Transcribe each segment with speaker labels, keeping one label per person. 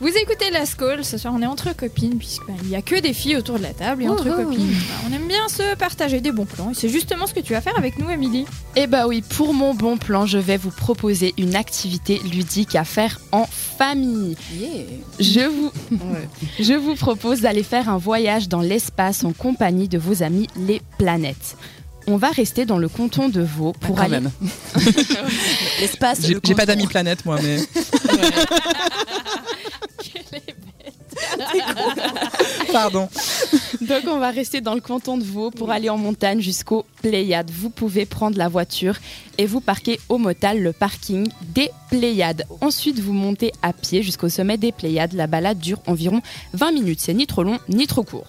Speaker 1: Vous écoutez la School, ce soir on est entre copines, puisqu'il n'y a que des filles autour de la table et entre
Speaker 2: Wouhou.
Speaker 1: copines, bah, on aime bien se partager des bons plans et c'est justement ce que tu vas faire avec nous, Émilie.
Speaker 3: Eh bah oui, pour mon bon plan, je vais vous proposer une activité ludique à faire en famille. Je vous, je vous propose d'aller faire un voyage dans l'espace en compagnie de vos amis les planètes. On va rester dans le canton de Vaud
Speaker 2: Ah,
Speaker 3: pour
Speaker 4: quand
Speaker 3: aller.
Speaker 4: même.
Speaker 2: L'espace.
Speaker 4: J'ai
Speaker 2: le
Speaker 4: j'ai pas
Speaker 2: canton.
Speaker 4: d'amis planète, moi, mais. Pardon.
Speaker 3: Donc on va rester dans le canton de Vaud pour aller en montagne jusqu'aux Pléiades. Vous pouvez prendre la voiture et vous parquer au Motal, le parking des Pléiades. Ensuite, vous montez à pied jusqu'au sommet des Pléiades. La balade dure environ 20 minutes. C'est ni trop long ni trop court.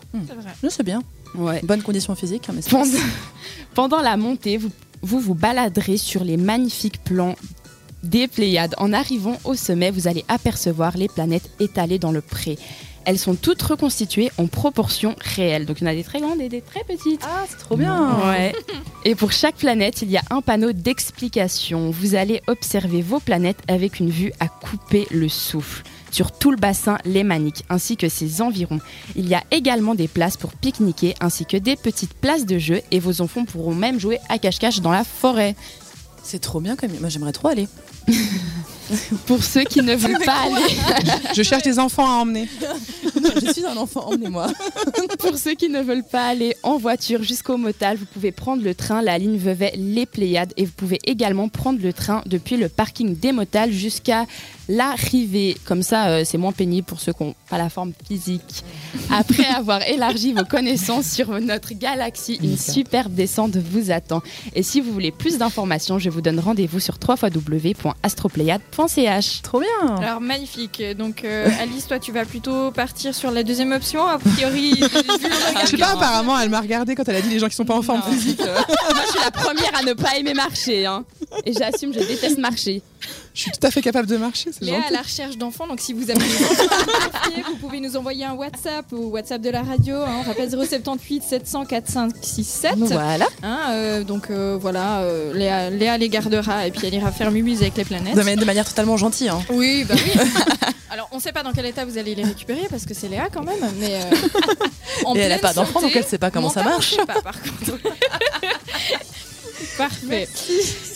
Speaker 2: Je sais bien.
Speaker 3: Ouais.
Speaker 2: Bonne condition physique. hein, mais c'est-
Speaker 3: Pendant, pendant la montée, vous, vous vous baladerez sur les magnifiques plans des Pléiades. En arrivant au sommet, vous allez apercevoir les planètes étalées dans le pré. Elles sont toutes reconstituées en proportions réelles. Donc il y en a des très grandes et des très petites.
Speaker 2: Ah, c'est trop bien.
Speaker 3: Ouais. Et pour chaque planète, il y a un panneau d'explication. Vous allez observer vos planètes avec une vue à couper le souffle sur tout le bassin lémanique ainsi que ses environs. Il y a également des places pour pique-niquer ainsi que des petites places de jeu et vos enfants pourront même jouer à cache-cache dans la forêt.
Speaker 2: C'est trop bien comme. Moi, j'aimerais trop aller.
Speaker 3: Pour ceux qui ne veulent pas aller,
Speaker 4: Je cherche des enfants à emmener.
Speaker 2: Je suis un enfant, emmenez-moi.
Speaker 3: pour ceux qui ne veulent pas aller en voiture jusqu'au Motal, vous pouvez prendre le train la ligne Vevey Les Pléiades et vous pouvez également prendre le train depuis le parking des Motals jusqu'à l'arrivée. Comme ça, euh, c'est moins pénible pour ceux qui n'ont pas la forme physique. Après avoir élargi vos connaissances sur notre galaxie, une superbe descente vous attend. Et si vous voulez plus d'informations, je vous donne rendez-vous sur www.astropléiade.ch.
Speaker 2: Trop bien.
Speaker 1: Alors magnifique, donc euh, Alice, toi tu vas plutôt partir sur la deuxième option, a priori. vu le regard
Speaker 4: Je sais
Speaker 1: que-
Speaker 4: pas, apparemment, elle m'a regardée quand elle a dit les gens qui sont pas en forme
Speaker 1: Ah, Non.
Speaker 4: physique.
Speaker 3: Moi, je suis la première à ne pas aimer marcher. hein. Et j'assume, je déteste marcher.
Speaker 4: Je suis tout à fait capable de marcher, c'est
Speaker 1: Léa
Speaker 4: gentil.
Speaker 1: à la recherche d'enfants, donc si vous avez des enfants à confier, vous pouvez nous envoyer un WhatsApp au WhatsApp de la radio. hein, on rappelle 078 700 4567.
Speaker 3: Voilà.
Speaker 1: Hein, euh, donc euh, voilà, euh, Léa, Léa les gardera et puis elle ira faire mumuse avec les planètes.
Speaker 2: De, ma- de manière totalement gentille. Hein.
Speaker 1: Oui, bah oui. Alors on sait pas dans quel état vous allez les récupérer parce que c'est Léa quand même, mais euh, en
Speaker 2: Et elle a
Speaker 1: pleine
Speaker 2: pas d'enfant,
Speaker 1: santé,
Speaker 2: donc elle sait pas comment ça
Speaker 1: mentalement,
Speaker 2: marche.
Speaker 1: je sais pas, par contre. Parfait.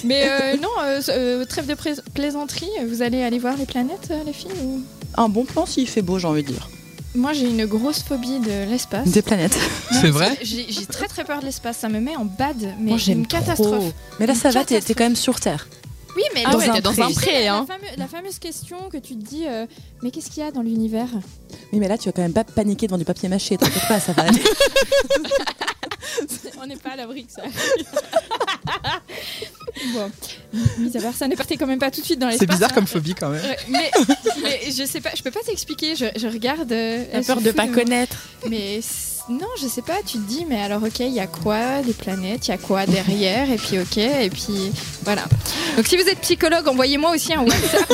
Speaker 1: Mais euh, non, euh, euh, trêve de pré- plaisanterie, vous allez aller voir les planètes, euh, les filles ou-
Speaker 2: Un bon plan s'il fait beau, j'ai envie de dire.
Speaker 1: Moi, j'ai une grosse phobie de l'espace.
Speaker 2: Des planètes.
Speaker 4: C'est vrai
Speaker 1: J'ai j'ai très très peur de l'espace, ça me met en bad, mais
Speaker 3: Moi, j'aime
Speaker 1: une catastrophe.
Speaker 3: trop.
Speaker 2: Mais là, ça va, t'es t'es quand même sur Terre.
Speaker 1: Oui, mais
Speaker 3: Ah
Speaker 1: le-
Speaker 3: ouais, t'es dans un
Speaker 1: Tu sais,
Speaker 3: pré,
Speaker 1: la-
Speaker 3: hein.
Speaker 1: La, fameux- la fameuse question que tu te dis, euh, mais qu'est-ce qu'il y a dans l'univers
Speaker 2: Oui, mais là, tu vas quand même pas paniquer devant du papier mâché. T'inquiète pas, ça va aller.
Speaker 1: On n'est pas à l'abri que ça. bon, mis à part ça, on est parti quand même pas tout de suite dans l'espace.
Speaker 4: C'est bizarre
Speaker 1: hein.
Speaker 4: comme phobie quand même.
Speaker 1: Ouais, mais, mais je sais pas, je peux pas t'expliquer. Je, je regarde. euh,
Speaker 3: T'as
Speaker 1: elle
Speaker 3: peur
Speaker 1: se
Speaker 3: de
Speaker 1: fout
Speaker 3: pas
Speaker 1: moi.
Speaker 3: connaître.
Speaker 1: Mais c- non, je sais pas, tu te dis, mais alors ok, il y a quoi Des planètes, il y a quoi derrière Et puis ok, et puis voilà. Donc si vous êtes psychologue, envoyez-moi aussi un WhatsApp.